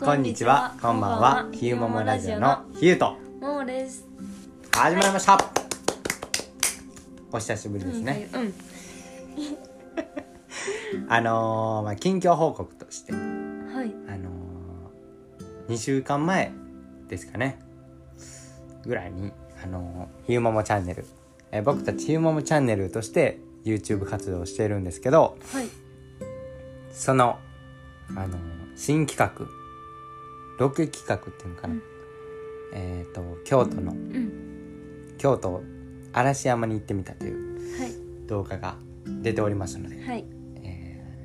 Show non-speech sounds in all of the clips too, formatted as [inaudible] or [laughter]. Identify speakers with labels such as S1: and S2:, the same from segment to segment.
S1: こんにちは、こんばんは、ヒューモモラジオのヒューと
S2: [laughs] もうです。
S1: 始まりました。お久しぶりですね。
S2: うん。
S1: あのー、まあ近況報告として、あ
S2: うん。はい。
S1: のー、2週間前ですかね、ぐらいに、あのー、ヒューモモチャンネル、えー僕たちヒューモモチャンネルとして YouTube 活動をしているんですけど、
S2: はい。
S1: その、あの、新企画、ロケ企画っていうのかな。
S2: うん
S1: えっ、と、京都の、
S2: うん。
S1: 京都、嵐山に行ってみたという
S2: は
S1: 動画が出ておりますので、
S2: い。はい。
S1: え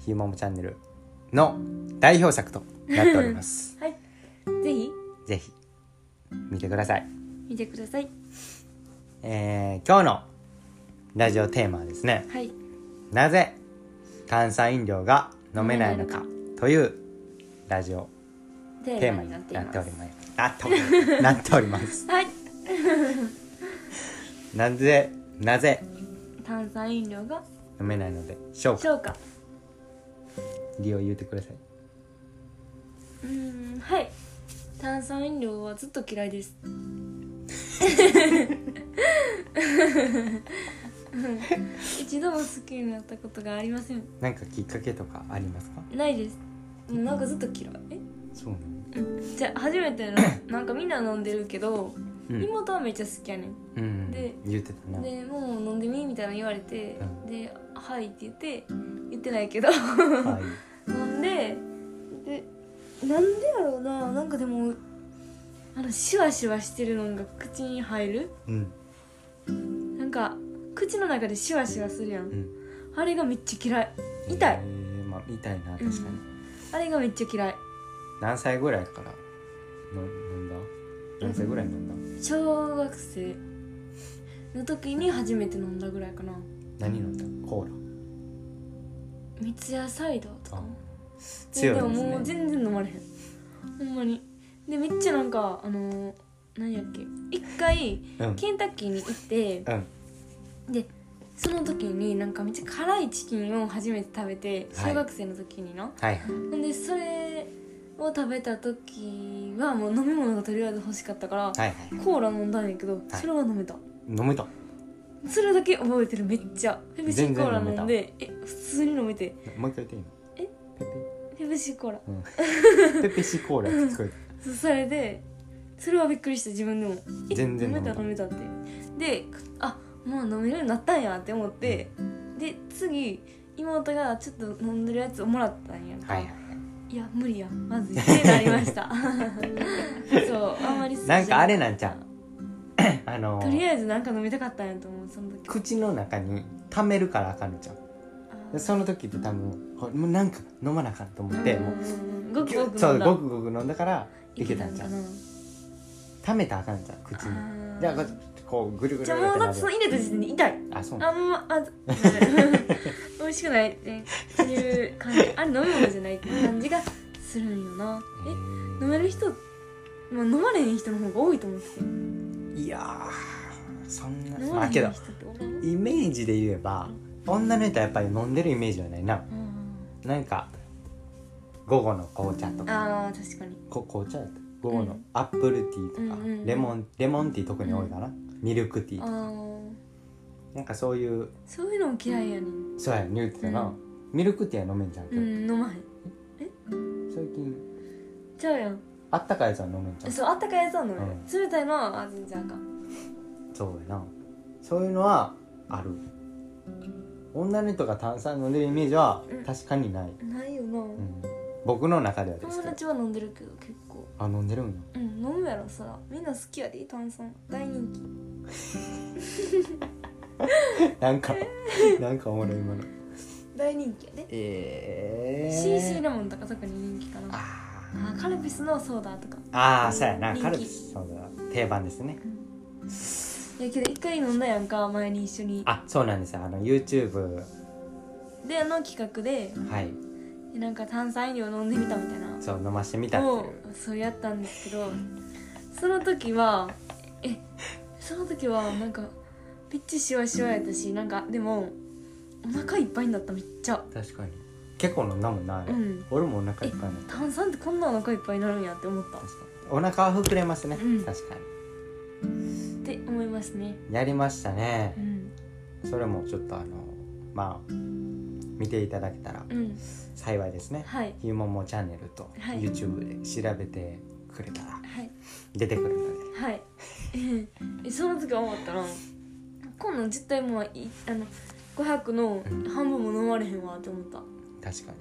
S1: ー、ひーももチャンネルの代表作となっております。
S2: はい。ぜひ
S1: ぜひ、見てください。
S2: 見てください。
S1: えー、今日のラジオテーマはですね、
S2: はい。
S1: なぜ炭酸飲料が飲めないのかというラジオ
S2: テ
S1: テー
S2: ーマ
S1: マ
S2: に
S1: に
S2: な
S1: な
S2: っ
S1: ってており
S2: います。
S1: ます。なっております。なっており
S2: [laughs]
S1: ます。
S2: はい。
S1: なぜ、なぜ
S2: 炭酸飲料が
S1: 飲めないのでしょうか。
S2: 消化。
S1: 理由を言ってください。
S2: うーん。はい。炭酸飲料はずっと嫌い [laughs] です。一度も好きになったことがありません。
S1: なんかきっかけとかありますか。
S2: ないです。もうなんかずっと嫌い。え
S1: そうなの。
S2: うんじゃあ初めてのなんかみんな飲んでるけど、
S1: うん。
S2: 妹はめっちゃ好きやねん
S1: うん
S2: で。
S1: 言ってたな。
S2: で「もう飲んでみ」みたいなの言われて、
S1: う
S2: で「はい」って言って言ってないけど
S1: はい。
S2: [laughs] 飲んででなんでやろうななんかでもあのシュワシュワしてるのが口に入る
S1: うん。
S2: なんか口の中でシュワシュワするや
S1: う
S2: ん、
S1: ん。
S2: あれがめっちゃ嫌い痛い
S1: えーまあ、痛いな、確かに。
S2: あれがめっちゃ嫌い
S1: 何歳ぐらいから。の、飲んだ。何歳ぐらい飲んだ。
S2: 小学生の時に初めて飲んだぐらいかな
S1: 何飲んだ。コーラ。
S2: 三ツ矢サイダーとか
S1: あ
S2: も
S1: 強い
S2: で
S1: で
S2: ももう
S1: すね。
S2: 全然飲まれへんほんまにでめっちゃなんかあのー、何やっけ一回
S1: うん。
S2: ケンタッキーに行って
S1: うん。
S2: でその時になんかめっちゃ辛いチキンを初めて食べて
S1: はい
S2: 小学生の時にな、
S1: はいはい。
S2: ほんでそれを食べた時はもう飲み物がとりあえず欲しかったから、
S1: はいはい。
S2: コーラ飲んだんやけど
S1: い
S2: それは飲めた、
S1: 飲めた。
S2: それだけ覚えてるめっちゃペプシーコーラ飲ん
S1: 全然
S2: でえ普通に飲めて
S1: もう一回言っていいの。
S2: え。
S1: ペペ。
S2: ペプシーコーラ
S1: ペペシコーラって聞こえ
S2: そうそれでそれはびっくりした自分でもえ
S1: 全然
S2: 飲
S1: 飲め
S2: めた
S1: た
S2: 飲めたってであもう飲めるようになったんやって思ってで次妹がちょっと飲んでるやつをもらったんやん
S1: た。
S2: か、
S1: はいはい。
S2: いや無理やまずいってなりました [laughs] そうあんまり好きじゃ
S1: なんかあれなんちゃう [coughs] あの
S2: とりあえずなんか飲みたかったんやと思うその時
S1: 口の中に溜めるからあかんのちゃう
S2: あ
S1: でその時って多分こうもうなんか飲まなあかんと思ってもう
S2: うんごくごく飲んだ
S1: そうごくごく飲んだからい
S2: い
S1: け
S2: け
S1: た
S2: た
S1: ん
S2: ん
S1: ち
S2: か
S1: ゃ
S2: な
S1: う溜めたらあかんのちゃう口に
S2: あ
S1: じゃあこ
S2: ー
S1: うこうぐるぐる
S2: じゃ
S1: ぐ
S2: あ
S1: るってな
S2: もうだ
S1: る
S2: ってその入れた時点で痛い
S1: あそうな
S2: あ
S1: の
S2: んまあ美味しくないっていう感じあれ飲み物じゃないっていう感じがするんよな
S1: へ
S2: え
S1: ー
S2: 飲める人、まあ、飲まれへん人の方が多いと思ってて飲
S1: いやーそんな
S2: ま
S1: ま
S2: れへ
S1: あけ
S2: ん人
S1: ど
S2: っておらん
S1: イメージで言えば女の人はやっぱり飲んでるイメージはないななんか午後の紅茶とか
S2: あー確かに
S1: こ紅茶やった午後
S2: う
S1: の
S2: ん
S1: アップルティーとか、
S2: うんうんうん
S1: レモンレモンティー特に多いかな、ミルクティー
S2: あ
S1: とか
S2: ー
S1: なんかそういう
S2: そういうのも嫌いやねん
S1: そうや言うてたな、
S2: うん
S1: ミルクティーは飲めんじゃんけ
S2: う
S1: ど、
S2: ん飲まへん
S1: 最近
S2: ちゃうやん
S1: あったかいやつは飲めんじゃん
S2: そうあったかいやつは飲める、
S1: うん
S2: 冷たいのはあ全然あかん
S1: そうやなそういうのはある女の人が炭酸飲んでるイメージは
S2: うん
S1: 確かにない、
S2: ないよな、
S1: うん僕の中ではですけ
S2: 友
S1: ど
S2: 達は飲んでるけど結構
S1: あ飲んでるん
S2: [laughs]
S1: や
S2: うん飲むやろそらみんな好きやで炭酸大人気
S1: なんかなんかおもろい今の
S2: 大人気やで
S1: ええ
S2: CC レモンとか特に人気かな
S1: あ
S2: あ
S1: ー
S2: ーカルピスのソーダとか
S1: あーそうやな
S2: 人気
S1: カルピスそうだ定番ですね
S2: いやけど一回飲んだやんか前に一緒に
S1: あそうなんですよあの YouTube
S2: であの企画で
S1: はい
S2: なんか炭酸飲料飲んでみたみたいな
S1: そう飲ましてみたってい
S2: を
S1: う
S2: そうやったんですけどその時はえその時はなんかピッチシワシワやったしなんかでもお腹いっぱいになっためっちゃ
S1: 確かに結構飲んだもんなあれ、
S2: うん
S1: 俺もお腹いっぱいになった
S2: 炭酸ってこんなお腹いっぱいになるんやって思ったっ
S1: 確かにお腹は膨れますね、
S2: うん
S1: 確か
S2: て思いますね
S1: にやりましたね
S2: う、ん
S1: それもちょっとあのまあ見ていただけたら
S2: うん
S1: 幸いですね、
S2: はい
S1: ヒューモンモチャンネルと
S2: はい
S1: YouTube で調べてくれたら
S2: はい
S1: 出てくるので、
S2: はい [laughs] えその時思ったらこんなん絶対もういあの500の半分も飲まれへんわって思った
S1: 確かに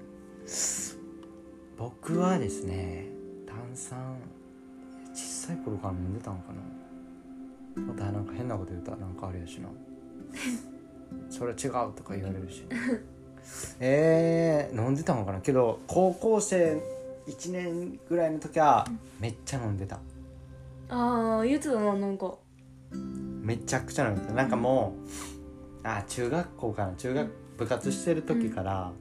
S1: 僕はですね炭酸小さい頃から飲んでたのかなまたなんか変なこと言うたらなんかあれやしなそれ違うとか言われるしえー、飲んでたのかなけど高校生1年ぐらいの時はめっちゃ飲んでた
S2: あー言ってたななんか
S1: めちゃくちゃ飲んでたなんかもうあ中学校かな中学部活してる時から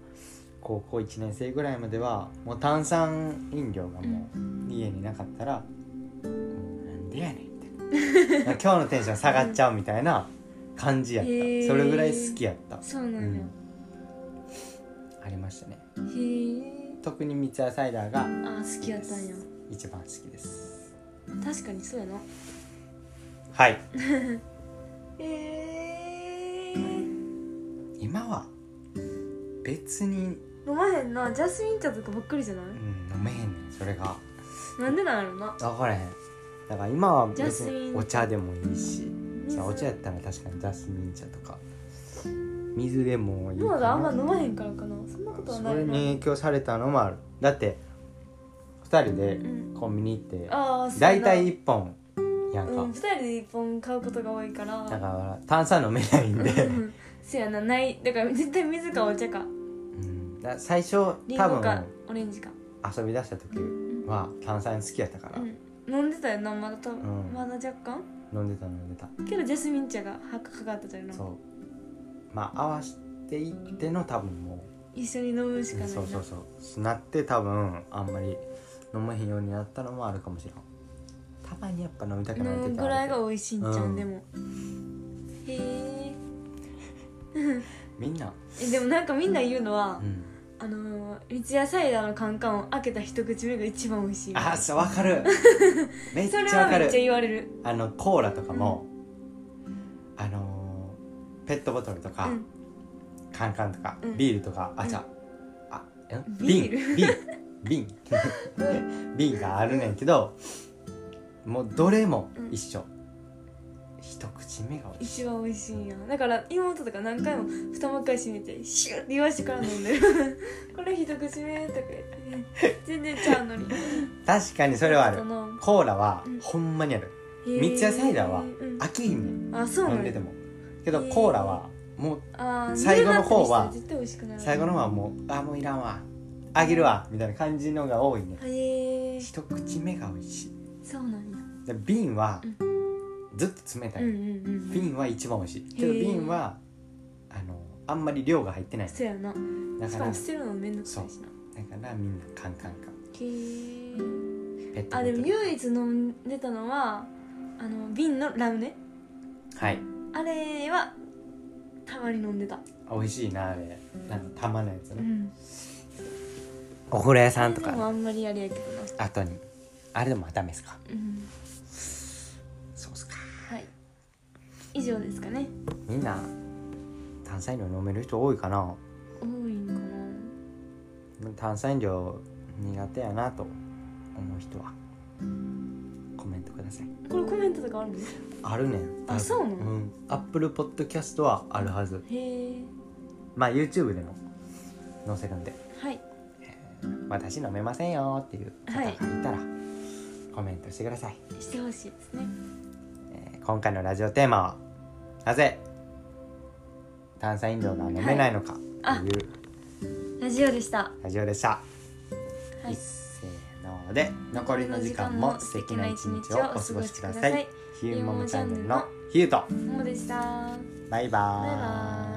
S1: 高校1年生ぐらいまではもう炭酸飲料がもう家になかったら「なんでやねん」
S2: [laughs]
S1: って今日のテンション下がっちゃうみたいな感じやった
S2: へー
S1: それぐらい好きやった
S2: そうなんや、
S1: ありましたね
S2: へえ
S1: 特に三ツ矢サイダーが
S2: あー好きやったんや
S1: 一番好きです
S2: 確かにそうやな
S1: はい
S2: えー、
S1: 今は別に、
S2: 飲まへんなジャスミン茶とかばっかりじゃない
S1: うん、飲めへんねんそれが。
S2: なんでなんやろな
S1: 分からへんだから今は
S2: ジャ
S1: 別
S2: スミ
S1: に
S2: ン
S1: お茶でもいいしさお茶やったら確かにジャスミン茶とか水でもいい
S2: ノアがあんま飲まへ
S1: ん
S2: んからかなそんなことは
S1: そ
S2: ない
S1: れに
S2: な、
S1: 影響されたのもあるだって2人で
S2: うん、
S1: コンビニ行って
S2: ああそうや
S1: 大
S2: な
S1: 体1本やんか、
S2: うん、2人で1本買うことが多いから
S1: だから炭酸飲めないんで、
S2: うんそうやなないだから絶対水かお茶か
S1: うんだから最初
S2: リン
S1: 多
S2: ゴか
S1: 分
S2: オレンジか、
S1: 遊び出した時は炭酸好きやったから、
S2: うん、飲んでたよなまだ多分、
S1: うん
S2: まだ若干
S1: 飲んでた飲んでた
S2: けどジャスミン茶がはかかったじゃんな
S1: そうまあ合わせていっての多分もう
S2: 一緒に飲むしかないな
S1: そうそうそうなって多分あんまり飲まへんようになったのもあるかもしれんたまにやっぱ飲みたくなる
S2: 飲む
S1: 時
S2: ぐらいが
S1: は
S2: 美味しいんちゃう、
S1: うん
S2: ん、でもへえ
S1: みんな、
S2: えでもなんかみんな言うのは
S1: う、ん、
S2: あのー三ツ矢サイダーのカンカンを開けた一口目が一番美味しい
S1: あそうわかるめっち
S2: それ
S1: ゃ
S2: は
S1: わか
S2: めっ
S1: る
S2: ちゃ言われる
S1: あのコーラとかも、あのーペットボトルと
S2: う
S1: か、
S2: ん
S1: カンカンとか、
S2: うん
S1: ビールとかあ
S2: うん
S1: じゃあ,、あん
S2: ビー
S1: 瓶
S2: ル
S1: 瓶瓶瓶があるねんけどもうどれも一緒、一口目が美味しい
S2: 一番美味しいんやだから妹とか何回も蓋もう一回閉めてシューって言わしてから飲んで
S1: [laughs]
S2: るこれ一口目とか言って全然ちゃうのに
S1: 確かにそれはある
S2: る
S1: コーラは
S2: うん
S1: ほんまにある三ツ矢サイダーは飽きひんね
S2: あそうん
S1: 飲
S2: なんん
S1: で
S2: や
S1: てもけど
S2: へー
S1: コーラはもう
S2: あー
S1: 最後の方は
S2: 水だったりしたら絶対美味しくなる
S1: 最後の方はもうあもういらんわあげるわみたいな感じのが多いね
S2: へえ
S1: 一口目が美味しい
S2: そうなんや
S1: で瓶は
S2: う
S1: ずっと冷た
S2: うんう
S1: い
S2: んうんうん
S1: 瓶は一番美味しいけど
S2: へー
S1: 瓶はあのあんまり量が入ってない
S2: そうやな
S1: だ
S2: し
S1: か
S2: からも
S1: だ
S2: 捨てるのめんどくさいしな
S1: からみんなカンカンカン
S2: へえ
S1: ペット
S2: あでも
S1: ボトル
S2: 唯一飲んでたのはあの瓶のラムネ
S1: はい
S2: あれはたまに飲んでた、
S1: 美味しいなあれなんかたまんないやつ
S2: う
S1: ね
S2: ん、
S1: お風呂屋
S2: あ
S1: さんと
S2: でも
S1: か
S2: あんまりあれやけどな、
S1: 後にあれでもダメですか
S2: うん、
S1: そうっすか
S2: はい以上ですかね
S1: みんな炭酸飲料飲める人多いかな
S2: 多いんかな
S1: 炭酸飲料苦手やなと思う人はコメントください
S2: これコメントとかあるの
S1: あるねん
S2: あそうなの
S1: んアップルポッドキャストはあるはず
S2: へえ
S1: まあ YouTube でも載せるんで
S2: はい
S1: 「私飲めませんよ」っていう方がいたら、コメントしてください、
S2: してほしいですね
S1: えー今回のラジオテーマは「なぜ炭酸飲料が飲めないのか」
S2: あ
S1: という
S2: ラジオでした
S1: ラジオでした、、
S2: はいい
S1: せーので残りの時間も素敵な一日をお過ごしくださいヒューモムチャンネルのヒューと
S2: ももでした
S1: バイバー
S2: バイバーイ